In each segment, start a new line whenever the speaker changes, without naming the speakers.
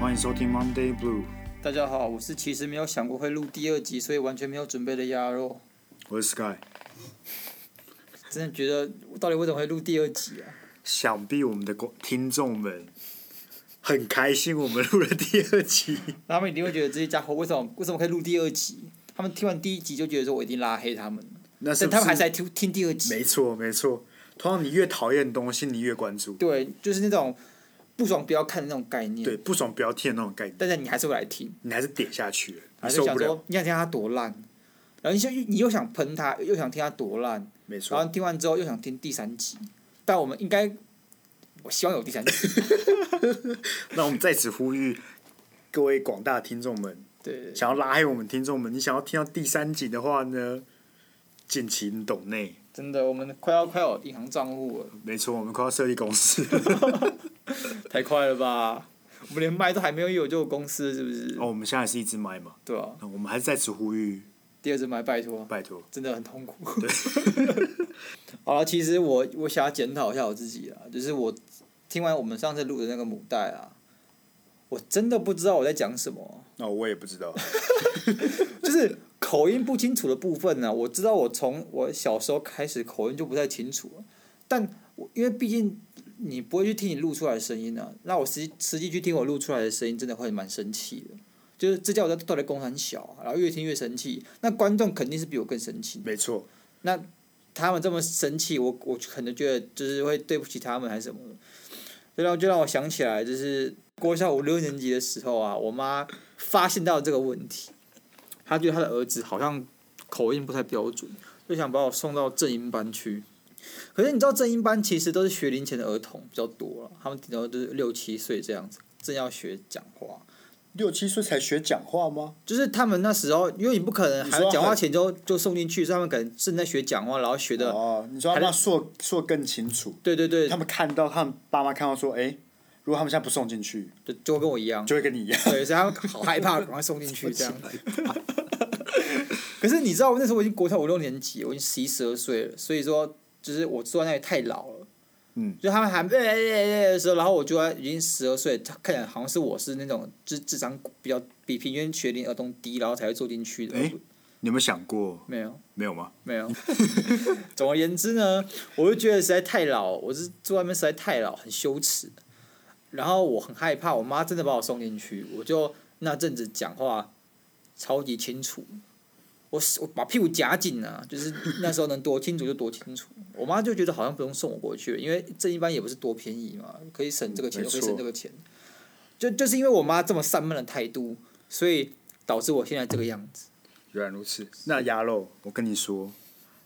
欢迎收听 Monday Blue，
大家好，我是其实没有想过会录第二集，所以完全没有准备的鸭肉。
我是 Sky。
真的觉得到底为什么会录第二集啊？
想必我们的观听众们很开心，我们录了第二集。
他们一定会觉得这些家伙为什么为什么可以录第二集？他们听完第一集就觉得说我一定拉黑他们，
那是不
但他们还是来听听第二集。
没错没错。通常你越讨厌的东西，你越关注。
对，就是那种不爽不要看的那种概念。
对，不爽不要听的那种概念，
但是你还是会来听，
你还是点下去了，
还
你
是
受
想
不了。
说你想听他多烂，然后你就你又想喷他，又想听他多烂，
没
然
错，
后听完之后又想听第三集。但我们应该，我希望有第三集。
那我们在此呼吁各位广大的听众们，
对对对
想要拉黑我们听众们，你想要听到第三集的话呢，尽情懂内。
真的，我们快要快要有银行账户了，
没错，我们快要设立公司 了。
太快了吧？我们连麦都还没有有就有公司，是不是？
哦，我们现在是一只麦嘛，
对啊，
那我们还是在此呼吁，
第二次麦拜托，
拜托。
真的很痛苦。 好了，其实我我想要检讨一下我自己啊，就是我听完我们上次录的那个母带啊，我真的不知道我在讲什么，
那我也不知道。
就是口音不清楚的部分呢、我知道我从我小时候开始口音就不太清楚了，但我因为毕竟你不会去听你录出来的声音啊，那我实际实际去听我录出来的声音，真的会蛮生气的。就是这叫我在到底公很小啊、然后越听越生气。那观众肯定是比我更生气。
没错，
他们这么生气，我我可能觉得就是会对不起他们还是什么的，就让就让我想起来，就是国小五六年级的时候啊，我妈发现到这个问题，她觉得她的儿子好像口音不太标准，就想把我送到正音班去。可是你知道正音班其实都是学龄前的儿童比较多了，他们顶多就是六七岁这样子，正要学讲话。
六七岁才学讲话吗？
就是他们那时候，因为你不可能
你
还
说
讲话
很
前就就送进去，所以他们可能正在学讲话，然后学的，
哦，你说他
还
们说说更清楚，
对对对
他，们看到他们爸妈看到说，哎、如果他们现在不送进去，
就就跟我一样，
就会跟你一样。
对，所以他们好害怕，赶快送进去这 样。可是你知道，那时候我已经国小五六年级，我已经十一十二岁了，所以说就是我坐在那里太老了。
嗯，
就他们喊哎的时候，然后我就在已经十二岁，他看起来好像是我是那种智智商比较比平均学龄儿童低，然后才会坐进去的。
诶 你有没有想过？
没有。
没有吗？
没有。 总而言之呢，我就觉得实在太老，我是住外面实在太老，很羞耻。然后我很害怕，我妈真的把我送进去，我就那阵子讲话超级清楚，我我把屁股夹紧啊， 就是那时候能多清楚就多清楚。我妈就觉得好像不用送我过去了，因为这一般也不是多便宜嘛，可以省这个钱，
没
又
错
可以省这个钱。就就是因为我妈这么散漫的态度，所以导致我现在这个样子。
原来如此。那鸭肉，我跟你说，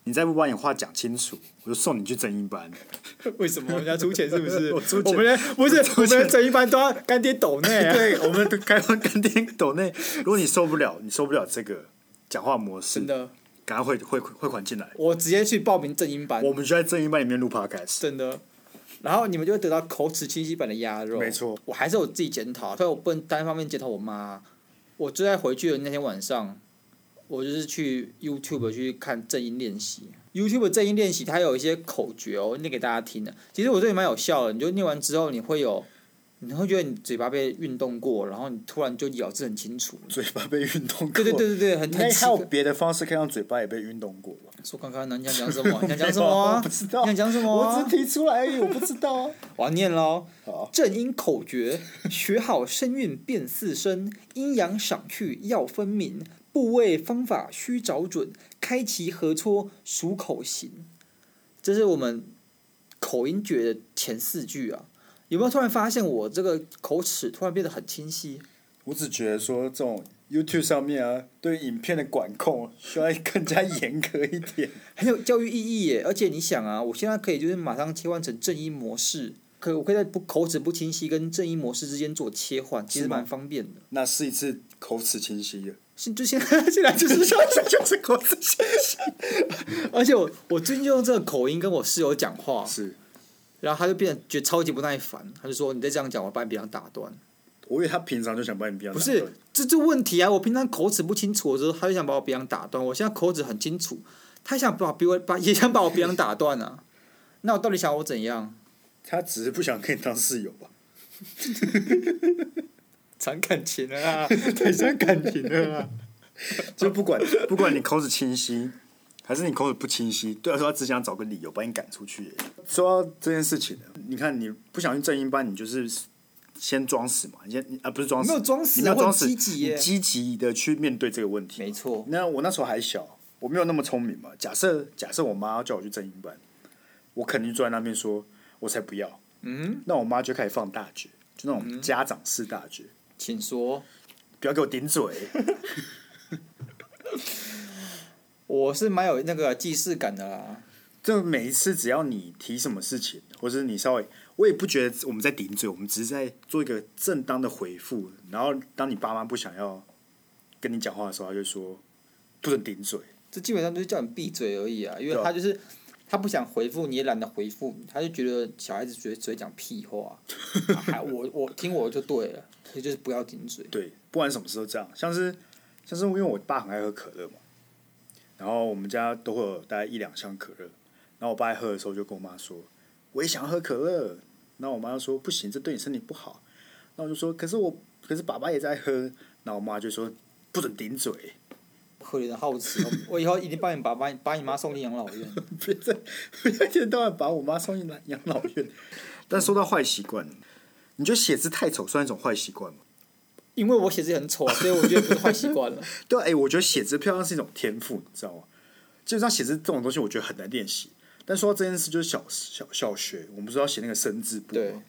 你再不把你话讲清楚，我就送你去正音 班。
为什么人家出钱是不是？
我
我
出钱
们连不是
出
我
钱
们这一般都要干爹抖内 啊！
对，我们的开放干爹抖内，如果你受不了，你受不了这个讲话模式
真，的，
赶快汇汇汇款进来。
我直接去报名正音班，
我们就在正音班里面录 podcast。
真的。然后你们就会得到口齿清晰版的鸭肉。
没错，
我还是我自己检讨，所以我不能单方面检讨我妈。我就在回去的那天晚上，我就是去 YouTube 去看正音练习。YouTube 正音练习它有一些口诀哦，我念给大家听的。其实我觉得蛮有效的，你就念完之后，你会有，你会觉得你嘴巴被运动过，然后你突然就咬字很清楚。
嘴巴被运动过。
对对对对对，很
应
很
该
奇
还有
怪。
别的方式可以让嘴巴也被运动过吧？
说看看呢，你想讲什么？你想讲什么啊、
我不知道
你想讲什么啊、
我只提出来而已，我不知道啊。
我要念喽
好。
正音口诀：学好声韵辨四声，阴阳赏去要分明，部位方法需找准，开齐合撮数口型。这是我们口音诀的前四句啊。有没有突然发现我这个口齿突然变得很清晰？
我只觉得说这种 YouTube 上面啊，对影片的管控需要更加严格一点。
很有教育意义耶！而且你想啊，我现在可以就是马上切换成正音模式，可我可以在不口齿不清晰跟正音模式之间做切换，其实
是吗
蛮方便的。
那是一次口齿清晰的，
是就现在 现在就是说，
这就是口齿清晰。
而且我我最近就用这个口音跟我室友讲话，
是，
然后他就变得觉得超级不耐烦，他就说你再这样讲，我把你鼻梁打断。
我以为他平常就想把你鼻梁
不
打
是
断，
这这问题啊！我平常口齿不清楚的时候，他就想把我鼻梁打断；我现在口齿很清楚，他想把鼻我把 也想把我鼻梁打断啊！那我到底想我怎样？
他只是不想跟你当室友吧？
长感情了 啦，太伤感情了啦！
就不管不管你口齿清晰，还是你口齿不清晰，对他说他只想找个理由把你赶出去而已。说到这件事情，啊你看你不想去正音班，你就是先装死嘛，你先你啊不是装
我
死，
没有装死
你没有
我很
装死，
积极耶
你积极的去面对这个问题。
没错，
那我那时候还小，我没有那么聪明嘛。假设假设我妈要叫我去正音班，我肯定坐在那边说，我才不要。
嗯，
那我妈就开始放大绝，就那种家长式大绝，
请说。
不要给我顶嘴。
我是蛮有那个既视感的啦，
就每一次只要你提什么事情，或是你稍微，我也不觉得我们在顶嘴，我们只是在做一个正当的回复。然后当你爸妈不想要跟你讲话的时候，他就说不准顶嘴。
这基本上就是叫你闭嘴而已啊，因
对
为
啊
他就是他不想回复，你也懒得回复，他就觉得小孩子觉得只会讲屁话， 还我我听我就对了，所以就是不要顶嘴。
对，不管什么时候这样，像是像是因为我爸很爱喝可乐嘛，然后我们家都会有大概一两箱可乐，然后我爸在喝的时候就跟我妈说，我也想喝可乐，然后我妈就说不行，这对你身体不好，那我就说可是我可是爸爸也在喝，然后我妈就说不准顶嘴。
可怜的好奇，哦我以后一定帮你把把把你妈送进养老 院。
别再不要一天到晚把我妈送进来养老院。但说到坏习惯，你觉得写字太丑算一种坏习惯吗？
因为我写字很丑啊，所以我觉得不是坏 习惯了。
对啊，哎、我觉得写字漂亮是一种天赋，你知道吗？基本上写字这种东西，我觉得很难练习。但说到这件事，就是小小小学，我们不是要写那个生字部
对
吗？，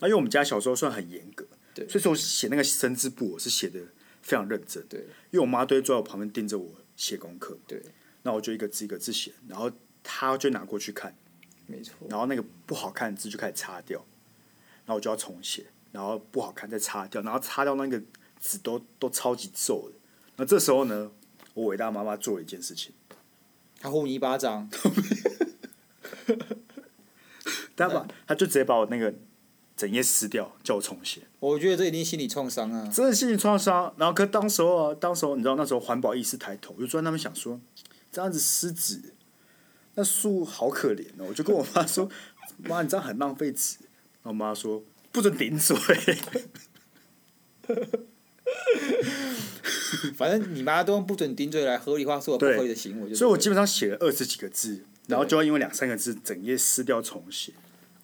那因为我们家小时候算很严格，
对
所以说我写那个生字部，我是写的非常认真。
对，
因为我妈都会坐在我旁边盯着我写功课，
对，
那我就一个字一个字写，然后她就拿过去看。
没错。
然后那个不好看的字就开始擦掉，然后我就要重写，然后不好看再擦掉，然后擦掉那个纸都 都超级皱的。那这时候呢，我伟大妈妈做了一件事情，
他呼你一巴掌，
她把她就直接把我那个整页撕掉，叫我重写，
我觉得这一定心理创伤啊。
真的心理创伤。然后可当时候啊，当时候你知道那时候环保意识抬头，我就坐在那边想说，这样子撕纸，那树好可怜哦。我就跟我妈说， 妈，你这样很浪费纸。然后我妈说，不准顶嘴。
反正你妈都用不准顶嘴来合理化所有不合理的行为，就
所以我基
就
本上写了二十几个字，然后就要因为两三个字整页撕掉重写。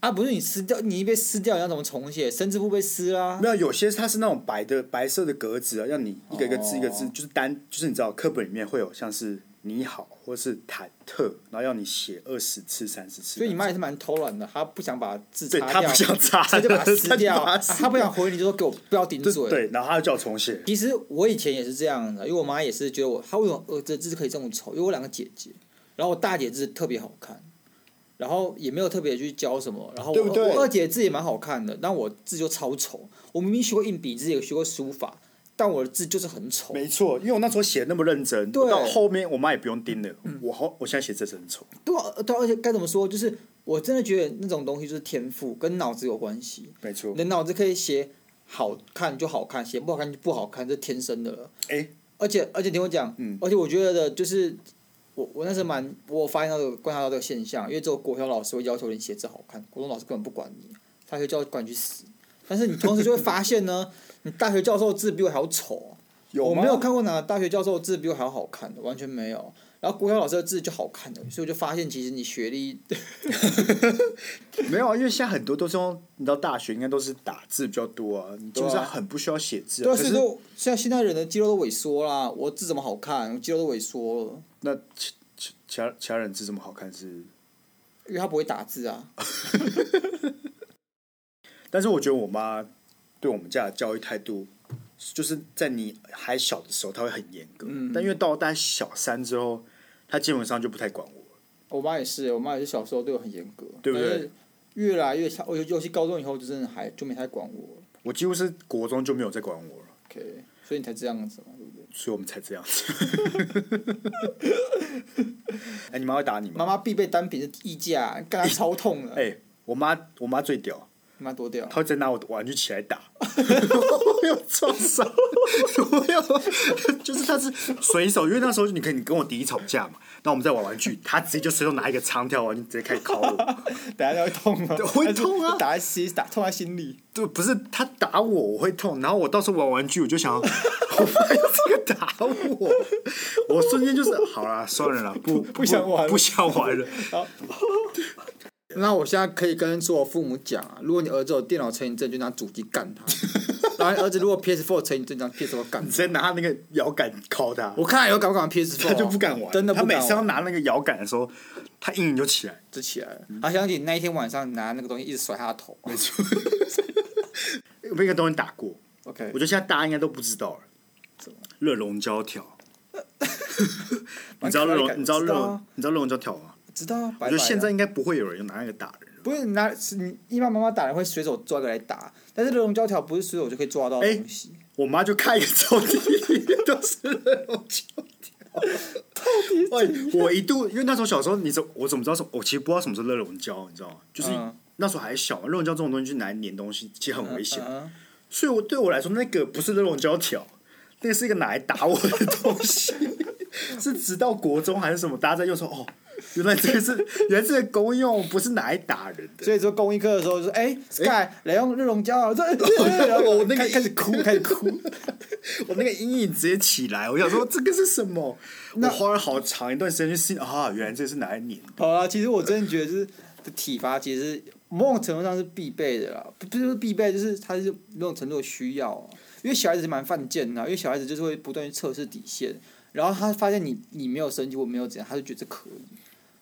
啊，不是你撕掉，你一被撕掉，你要怎么重写？甚至不被撕啊
没？有，有些它是那种白的白色的格子啊，让你一个一个字
哦
一个字，就是单就是你知道课本里面会有像是你好或是忐忑，然后要你写二十次三十次。
所以你妈也是蛮偷懒的，她不想把字
对
擦
他
掉，
不想擦，
她就把它撕掉，
她就把它
啊
撕
她不想回你，就说给我不要顶
对
嘴。
对，然后他就叫我重写。
其实我以前也是这样的，因为我妈也是觉得我，她为什么呃这字可以这么丑？因为我两个姐姐，然后我大姐字特别好看，然后也没有特别去教什么，然后我
对不对
我二姐字也蛮好看的，但我字就超丑。我明明学过硬笔字，也学过书法，但我的字就是很丑。
没错，因为我那时候写得那么认真，
对嗯
到后面我妈也不用盯了。我好，我现在写字是很丑。
对啊对啊，而且该怎么说，就是我真的觉得那种东西就是天赋，跟脑子有关系。
没错
你，的脑子可以写好看就好看，写不好看就不好看，这天生的了。
哎
而且而且听我讲，
嗯
而且我觉得就是我我那时候蛮我有发现到这个观察到这个现象，因为只有国小老师会要求你写字好看，国中老师根本不管你，他就叫管你去死。但是你同时就会发现呢，你大学教授的字比我还要丑，哦
有
我
吗
没有看过哪个大学教授的字比我还要好看的，完全没有。然后国小老师的字就好看的，
嗯
所以我就发现其实你 学历 啊
没有啊，因为现在很多都是用，你知道大学应该都是打字比较多啊，你基本上很不需要写字、
对啊，
可
所以
是
说像现在人的肌肉都萎缩啦，我字怎么好看？我肌肉都萎缩了，
那其其其他其他人字这么好看是，
因为他不会打字啊。
但是我觉得我妈对我们家的教育态度，就是在你还小的时候，她会很严格，
嗯
但因为到大概小三之后，她基本上就不太管我了。
我妈也是，我妈也是小时候对我很严格，
对不对？
越来越小，我尤尤其高中以后，就真的还就没太管我了。
我几乎是国中就没有再管我了，
OK，所以你才这样子嘛，
嗯
对不对？
所以我们才这样子。 哎、你妈会打你吗？哎
妈妈必备单品是衣架，干她超痛的。
哎、我妈我妈最屌，
妈多屌！
他会再拿我的玩具起来打， 我有创伤，我有，就是他是随手，因为那时候你跟你跟我弟吵架嘛，那我们在玩玩具，他直接就随手拿一个长条玩具直接开始敲我，
等下就会痛了，
会痛啊
还是打在心，打痛在心里。
对，不是他打我我会痛，然后我到时候玩玩具我就想，我妈要这个打我，我瞬间就是好啦，算了啦，不
不想玩了
不想玩了，
那我现在可以跟所有父母讲啊，如果你儿子有电脑成瘾症，就拿主机 干他；然后你儿子如果 PS4 成瘾症，就拿 PS4 干
你
他。
直接拿他那个摇杆敲他，
我看有敢不敢玩 PS4，
他就不敢玩，
哦真的
他
不
每
敢
次要
玩，
拿那个摇杆的时候，他阴影就起来。
就起来了。他想起那一天晚上拿那个东西一直甩他的头。
我被一个东西打过，
OK，
我觉得现在大家应该都不知道了。热熔胶 条，你知道热
蛮可爱的
熔
感觉
你知道热
知道啊
熔你知道热熔胶条吗？
知道啊。
我
我
觉得现在应该不会有人拿那个打人了。
不是你拿是你一般妈妈打人会随手抓一个来打，但是热熔胶条不是随手就可以抓到的
哎
东西。
我妈就看一个抽屉，里面都是热熔胶 条。喂，我一度因为那时候小时候，你怎我怎么知道什么？我其实不知道什么是热熔胶，你知道吗？就是
嗯
那时候还小嘛，热熔胶这种东西就是拿来粘东西，其实很危险。
嗯嗯
所以我对我来说，那个不是那种胶条，那个是一个拿来打我的东西。是直到国中还是什么，大家在用说哦，原来这个是原来这个功用不是拿来打人的。
所以说公益课的时候就说：“哎、s k y 来用热熔 胶啊！”这然后
哦我那个
开开始哭，开始哭。
我那个阴影直接起来，我想说这个是什么？我花了好长一段时间去适应啊，原来这是拿来粘。
好啊啦，其实我真的觉得就是体罚，其实某种程度上是必备的啦，不不是必备，就是它是某种程度的需要啊、因为小孩子是蛮犯贱的啊、因为小孩子就是会不断去测试底线，然后他发现你你没有生气或没有怎样，他就觉得可以。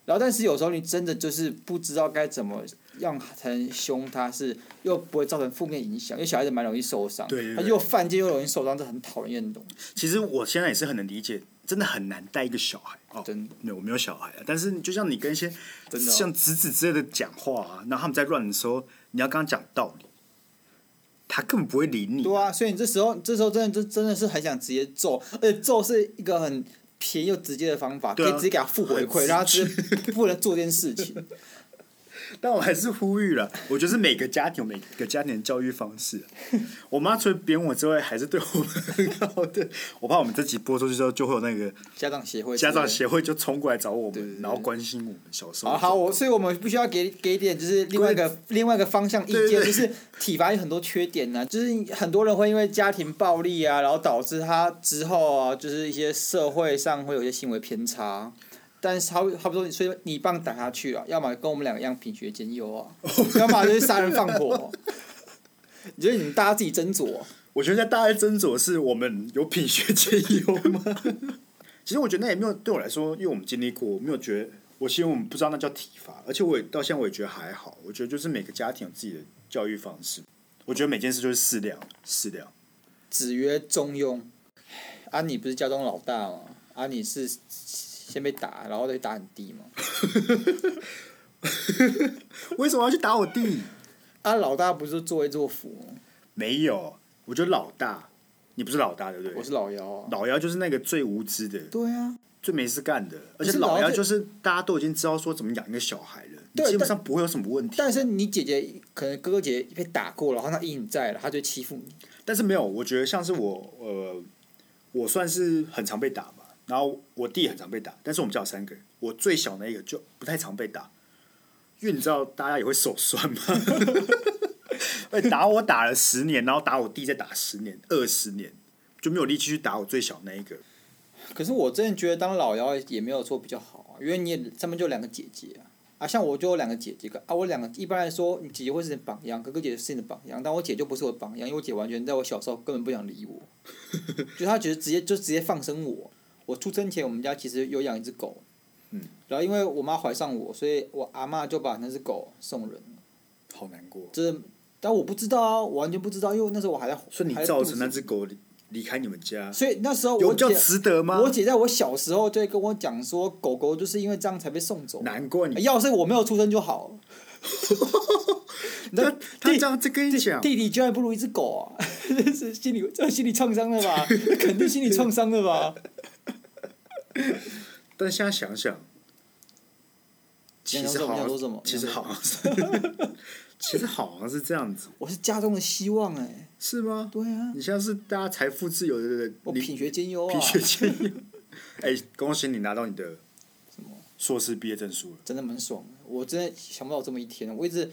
然后，但是有时候你真的就是不知道该怎么样才能凶他，是又不会造成负面影响，因为小孩子蛮容易受伤，
对对对
他又犯贱又容易受伤，这很讨人厌的东西，
其实我现在也是很能理解，真的很难带一个小孩哦。
真的。
没有，我没有小孩啊，但是就像你跟一些
真的哦
像侄子之类的讲话啊，然后他们在乱的时候，你要跟他讲道理，他根本不会理你。
对啊，所以你这时候这时候真的就真的是很想直接揍，而且揍是一个很便宜又直接的方法，
对啊
可以直接给他负回
很直
馈，让他直接不能做这件事情。
但我还是呼吁了，我觉得是每个家庭有 每个家庭的教育方式啊、我妈除了扁我之外，还是对我们很好的。 我怕我们这集播出去之后，就会有那个
家长协会之类
家
的，
长协会就冲过来找我
对对
们，
对
然后关心我们小时候
好
的时候。
好，我所以我们必须要给给一点，就是另外一个另外一个方向意见，
对对对
就是体罚有很多缺点呢、就是很多人会因为家庭暴力啊，然后导致他之后啊，就是一些社会上会有一些行为偏差。但是他会，他不说你，所以你一棒打下去了，啊要么跟我们两个一样品学 兼优啊，要么就是杀人放火。你觉得你们大家自己斟酌，
我觉得在大家斟酌是我们有品学兼优吗？ 其实我觉得那也没有对我来说，因为我们经历过，我没有觉得，我其实我们不知道那叫体罚，而且我也到现在我也觉得还好。我觉得就是每个家庭有自己的教育方式，我觉得每件事就是适量，适量。
子曰中庸。啊，你不是家中老大吗？啊，你是先被打，然后再打很低吗？
为什么要去打我弟？
啊，老大不是作威作福吗？
没有，我觉得老大，你不是老大对不对？
我是老幺啊。
老幺就是那个最无知的、
对啊，
最没事干的，而
不
且
是
老
老
幺
幺就
就是大家都已经知道说怎么养一个小孩了，你
对
基本上不会有什么问题。
但是你姐姐可能哥哥姐姐被打过了，然后她阴影在了，她就会欺负你。
但是没有，我觉得像是我呃，我算是很常被打嘛，然后我弟很常被打，但是我们家有三个人，我最小那一个就不太常被打，因为你知道大家也会手酸嘛。 哎，打我打了十年，然后打我弟再打十年、二十年，就没有力气去打我最小那一个。
可是我真的觉得当老幺也没有做比较好啊，因为你也上面就有两个姐姐啊，啊，像我就有两个姐姐，可啊，我两个一般来说，你姐姐会是你的榜样，哥哥姐姐是你的榜样，但我姐就不是我的榜样，因为我姐完全在我小时候根本不想理我， 就她觉得直接就直接放生我。我出生前，我们家其实有养一只狗，
嗯，
然后因为我妈怀上我，所以我阿嬷就把那只狗送人了。
好难过。
真的，但我不知道啊，我完全不知道，因为那时候我还在，
所以你
还在
造
肚
成
子
那只狗离离开你们家，
所以那时候
有
我
比
姐
较，值得吗？
我姐在我小时候就会跟我讲说，狗狗就是因为这样才被送走，
难怪你，
要是我没有出生就好 了。
他他这样子跟你讲，
弟弟居然不如一只狗啊！ 这是心理，这是心理创伤了吧？这肯定心理创伤了吧？
但现在想想，
你
其
想
实
说
好
你
像
想说什么
其实
你想
好像是， 其实好像是这样子，
我是家中的希望哎、
是吗？
对啊，
你现在是大家财富自由的
我
你
品学兼优啊
品，学兼优。哎、恭喜你拿到你的
什么
硕士毕业证书了。
真的蛮爽的。我真的想不到有这么一天，我一直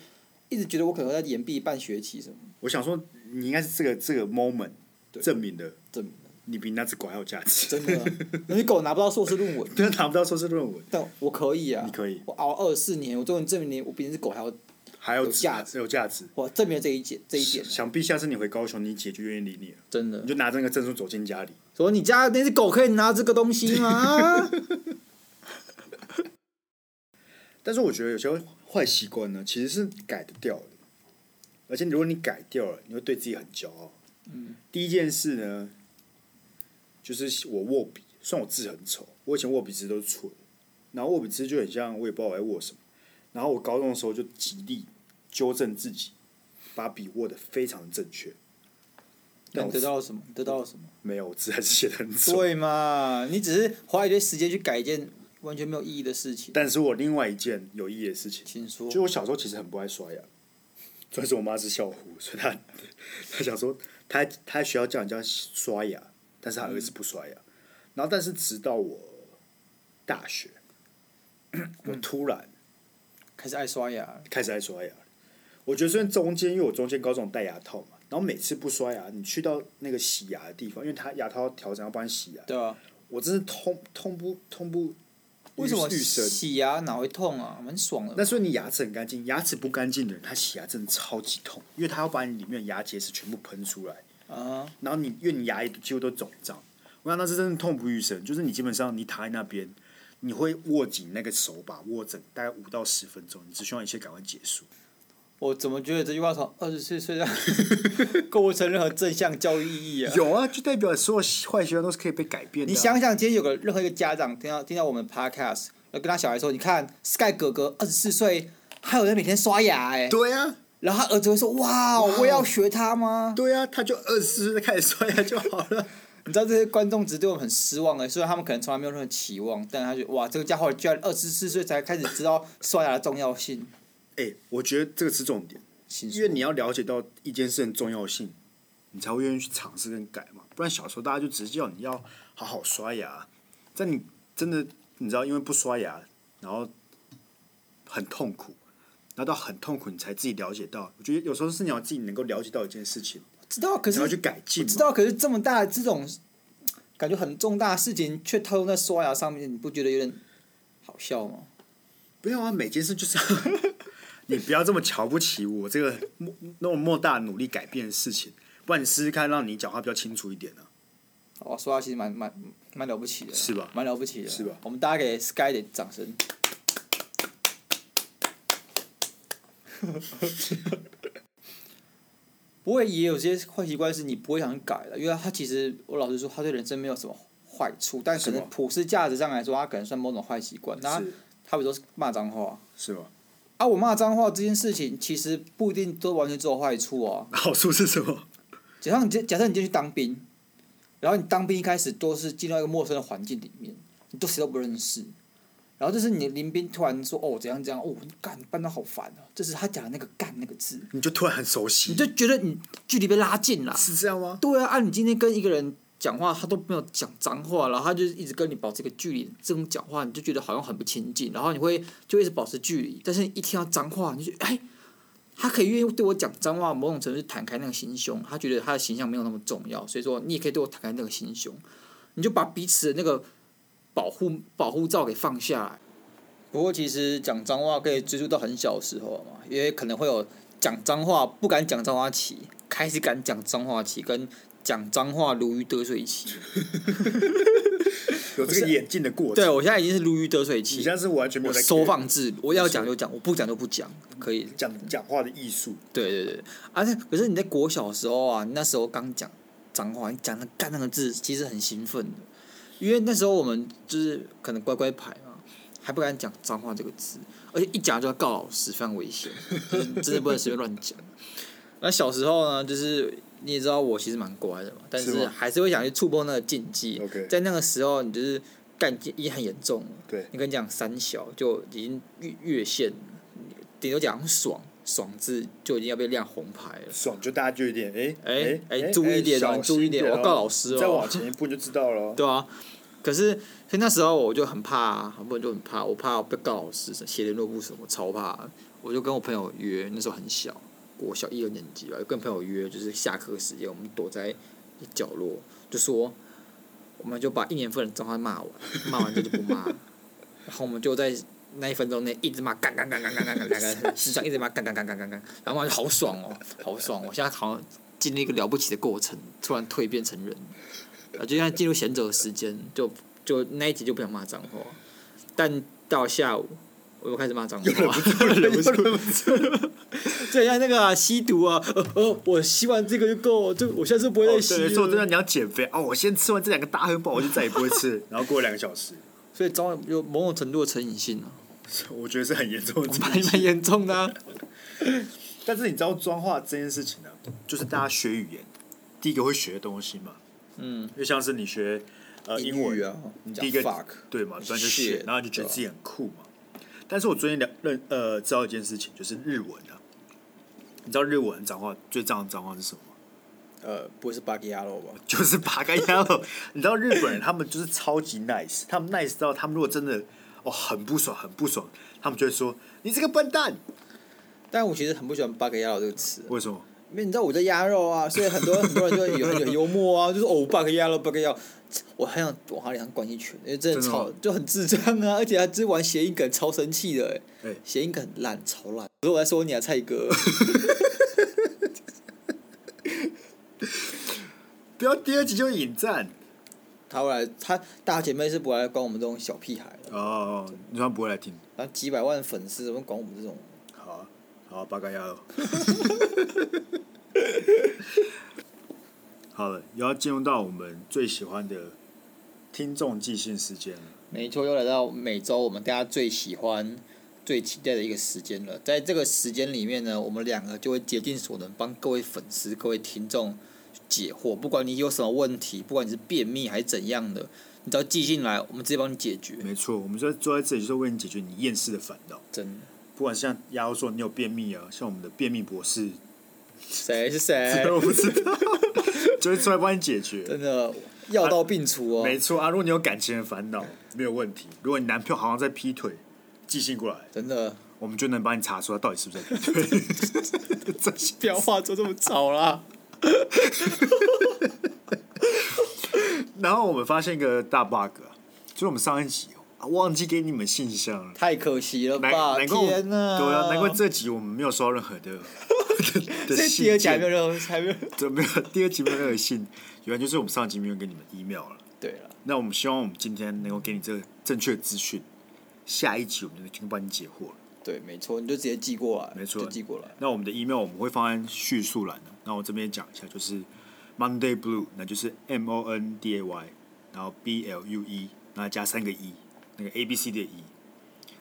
一直觉得我可能要延毕半学期什么
我想说，你应该是这个这个 moment
对
证明的，
证明
你比那只狗还有价值。
真的啊，那只狗拿不到硕士论文，
对，拿不到硕士论文，
但我可以啊
你，可以，
我熬二四年，我终于证明我比那只狗还要，
还有
有价值，
有价值。
我证明了这一点这一点，
想必下次你回高雄，你姐就愿意理你了，
真的
你。就拿着那个证书走进家里。
说你家那只狗可以拿这个东西 吗？哎
但是我觉得有些坏习惯呢，其实是改得掉的，而且如果你改掉了，你会对自己很骄傲。
嗯，
第一件事呢，就是我握笔，虽然我字很丑，我以前握笔字都是错的，然后握笔字就很像我也不知道我在握什么。然后我高中的时候就极力纠正自己，把笔握得非常的正确。
那
但
你
我
得到了什么？你得到了什么？
没有，我字还是写得很丑。
对嘛？你只是花一堆时间去改一件完全没有意义的事情。
但是我另外一件有意义的事情，
请说。
就我小时候其实很不爱刷牙， 主要是我妈是校护，所以她 她想说，她她在学校叫人家刷牙，但是她儿子不刷牙。然后，但是直到我大学， 我突然
开始爱刷牙了，
开始爱刷牙了。我觉得虽然中间，因为我中间高中有戴牙套嘛，然后每次不刷牙，你去到那个洗牙的地方，因为他牙套要调整要帮你洗牙，
对啊。
我真是痛痛不痛不
为什么
欲生
洗牙哪会痛啊？蛮爽的。
那所以你牙齿很干净，牙齿不干净的人，他洗牙真的超级痛，因为他要把你里面的牙结石全部喷出来，
啊，
然后你因为你牙龈几乎都肿胀，我想那是真的痛不欲生，就是你基本上你躺在那边，你会握紧那个手把，握整大概五到十分钟，你只希望一切赶快结束。
我怎么觉得这句话从二十四岁到 构成任何正向教育意义啊？
有啊，就代表所有坏习惯都是可以被改变的、啊
你，想想，今天有个任何一个家长听到听到我们 podcast，要跟他小孩说：“你看 Sky 哥哥二十四岁，还有人每天刷牙哎、
对哦啊，
然后他儿子会说：“哇，我也要学他吗？”
对啊，他就二十四岁开始刷牙就好了。
你知道这些观众只是对我们很失望哎、虽然他们可能从来没有任何期望，但他觉得哇，这个家伙居然二十四岁才开始知道刷牙的重要性。
哎、我觉得这个是重点。
请
因
说
为你要了解到一件事的重要性，你才会愿意去尝试跟改嘛。不然小时候大家就只是叫你要好好刷牙，在你真的你知道，因为不刷牙，然后很痛苦，然后到很痛苦，你才自己了解到。我觉得有时候是你要自己能够了解到一件事情，
知道，可
你
是
要去改进嘛。
知道，可是这么大这种感觉很重大的事情，却套用在刷牙上面，你不觉得有点好笑吗？
不要啊，每件事就是 要你不要这么瞧不起我这个莫那种莫大努力改变的事情，不然你试试看，让你讲话比较清楚一点啊。
哦，刷牙其实蛮蛮蛮了不起的，
是吧
蛮了不起的，
是吧
我们大家给 Sky 点掌声。 不过也有些坏习惯是你不会想改的，因为它其实我老实说，它对人生没有什么坏处，但可
是
能
吗
普世价值上来说，它可能算某种坏习惯。那
是
它比如说骂脏话
是吗？
啊，我骂脏话这件事情，其实不一定都完全只有坏处哦。
好处是什么？
假设你今假设你今天去当兵，然后你当兵一开始都是进到一个陌生的环境里面，你都谁都不认识，然后就是你的临兵突然说哦怎样怎样哦干班长好烦哦、这是他讲的那个干那个字，
你就突然很熟悉，
你就觉得你距离被拉近了。
是这样吗？
对啊，啊你今天跟一个人讲话，他都没有讲脏话，然后他就一直跟你保持一个距离，这种讲话你就觉得好像很不亲近，然后你会就一直保持距离，但是一听到脏话，你就觉得哎，他可以愿意对我讲脏话，某种程度是坦开那个心胸，他觉得他的形象没有那么重要，所以说你也可以对我坦开那个心胸，你就把彼此的那个保护保护罩给放下来。不过其实讲脏话可以追溯到很小的时候嘛，因为可能会有讲脏话不敢讲脏话起，开始敢讲脏话起，跟讲脏话如鱼得水 期。
有这个眼镜的过程。
对我现在已经是如鱼得水
你
期
现，在是完全没
我
有在
收放自如，我要讲就讲，我不讲就不讲，可以。
讲讲话的艺术，
对对对，而、且可是你在国小的时候啊，你那时候刚讲脏话，你讲那干那个字，其实很兴奋的，因为那时候我们就是可能乖乖牌嘛，还不敢讲脏话这个字，而且一讲就要告老师，非常危险， 就是真的不能随便乱讲。那小时候呢，就是你也知道我其实蛮乖的嘛，但
是
是
吗
还是会想去触碰那个禁忌。
OK
在那个时候，你就是干已经很严重了。
对
你跟你讲三小就已经越越线了，顶多讲爽，爽字就已经要被亮红牌了。
爽就大家就有点哎
哎
哎
哎注意点哦
小心
注意点
哦
我告老师哦
你再往前一步就知道了 哦。
对啊，可是所以那时候我就很怕、啊，很多人就很怕，我怕被告老师写联络簿什么，超怕。我就跟我朋友约，那时候很小，我小一二年级吧，跟朋友约，就是下课时间，我们躲在一角落，就说，我们就把一年份的脏话骂完，骂完之后就不骂， 然后我们就在。那一分钟内一直骂干干干干干干干干干，时常一直骂干干干干干干，然后我就好爽哦，好爽！我现在好像经历一个了不起的过程，突然蜕变成人。啊，就像进入贤者的时间，就就那一集就不想骂脏话，但到下午我又开始骂脏话，忍 不住，就像那个啊、吸毒啊，哦哦，我吸完这个就够了，就我下次不会再
哦
吸
对，
了。
说真的，你要减肥哦！我先吃完这两个大汉堡， 我就再也不会吃。然后过了两个小时，
所以早晚有某种程度的成瘾性啊，
我觉得是很严重的
蛮蛮严重的、啊。
但是你知道妆化这件事情呢、就是大家学语言，第一个会学的东西嘛，
嗯，
就像是你学呃英文
语啊，
你
讲
第一个
fuck，
对嘛，突然就学，
Shit，
然后你就觉得自己很酷嘛。但是我最近了认呃知道一件事情，就是日文啊。你知道日文脏话最脏的脏话是什么吗？
呃，不会是巴吉亚罗吧？
就是爬盖亚了。你知道日本人他们就是超级 nice，他们 nice 到他们如果真的哦很不爽很不爽，他们就会说你这个笨蛋。
但我其实很不喜欢巴吉亚罗这个词，
为什么？
因为你知道我在鸭肉啊，所以很多很多人就有很有幽默啊，就是哦，巴克鸭肉，巴克鸭肉，我很想往他脸上灌一拳，因为真的
真
哦
的吗
超就很智障啊，而且他只玩谐音梗，超生气的哎、
哎
谐音梗很烂，超烂。可是我在说你啊，蔡 哥，
不要第二集就引战
他后来他大姐妹是不来管我们这种小屁孩的，
哦，你他们不会来听。
然后几百万粉丝怎么管我们这种？
好啊，好啊，八嘎呀。 好了，也要进入到我们最喜欢的听众寄信时间了。
没错，又来到每周我们大家最喜欢、最期待的一个时间了。在这个时间里面呢，我们两个就会竭尽所能帮各位粉丝、各位听众解惑。不管你有什么问题，不管你是便秘还是怎样的，你只要寄信来，我们直接帮你解决。
没错，我们就坐在这里，就是为你解决你厌世的烦恼。
真的，
不管像亚欧说你有便秘啊，像我们的便秘博 士，
谁是 谁？
我不知道，就是出来帮你解决。
哎真的药到病除
没
哦，
错啊，如果你有感情的烦恼，没有问题。如果你男朋友好像在劈腿，寄信过来，
真的
我们就能帮你查出他到底是不是在劈腿。这些
不要话做这么早啦。
然后我们发现一个大 bug，啊就是我们上一集啊忘记给你们信箱了。
太可惜了
难
吧！
难怪我
天哪，
对啊，难怪这集我们没有收到任何 的的
这
的
第二
信
集还没有
件，
任何，还没有
对，没有第二集没有任何信，原来就是我们上集没有给你们 email 了。
对了。
那我们希望我们今天能够给你这个正确的资讯，下一集我们就能帮你解惑了。
对，没错，你就直接寄过来，
没错
就寄过来。
那我们的 email 我们会放在叙述栏的。那我这边讲一下，就是 Monday Blue，那就是 M O N D A Y，然后 B L U E，那加三个 E，那个 A B C 的 E。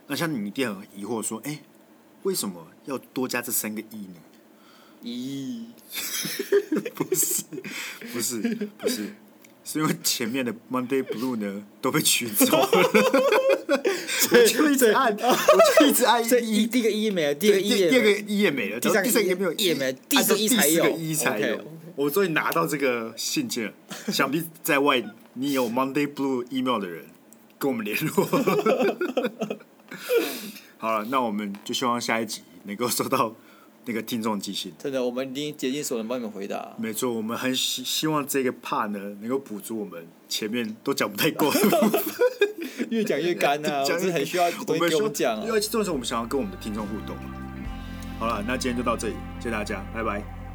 那像你一定很疑惑说，哎、为什么要多加这三个 E 呢？
咦，
不是，不是，不是，是因为前面的 Monday Blue 呢都被取走 了，我就一直按，我就一直按 E
这
一
一第一个一没了，第二个
对
一
第
也
第二
没
个
了
一也没了，然
第
后
三个
第三个
一
也没有
一也没了第
按
四
照
个一
第
才
四个
有
一才有
OK，OK。
我终于拿到这个信 件了，想必在外你有 Monday Blue email 的人跟我们联 络。好了，那我们就希望下一集能够收到那个听众寄信。
真的，我们已经竭尽所能帮你们回答。
没错，我们很希希望这个 part 呢能够补足我们前面都讲不太够的部分。
越讲越干 啊，我
讲
真的很需要有东西
们
给我
说
们讲啊
因。为这时候我们想要跟我们的听众互动。好了，那今天就到这里，谢谢大家，拜拜。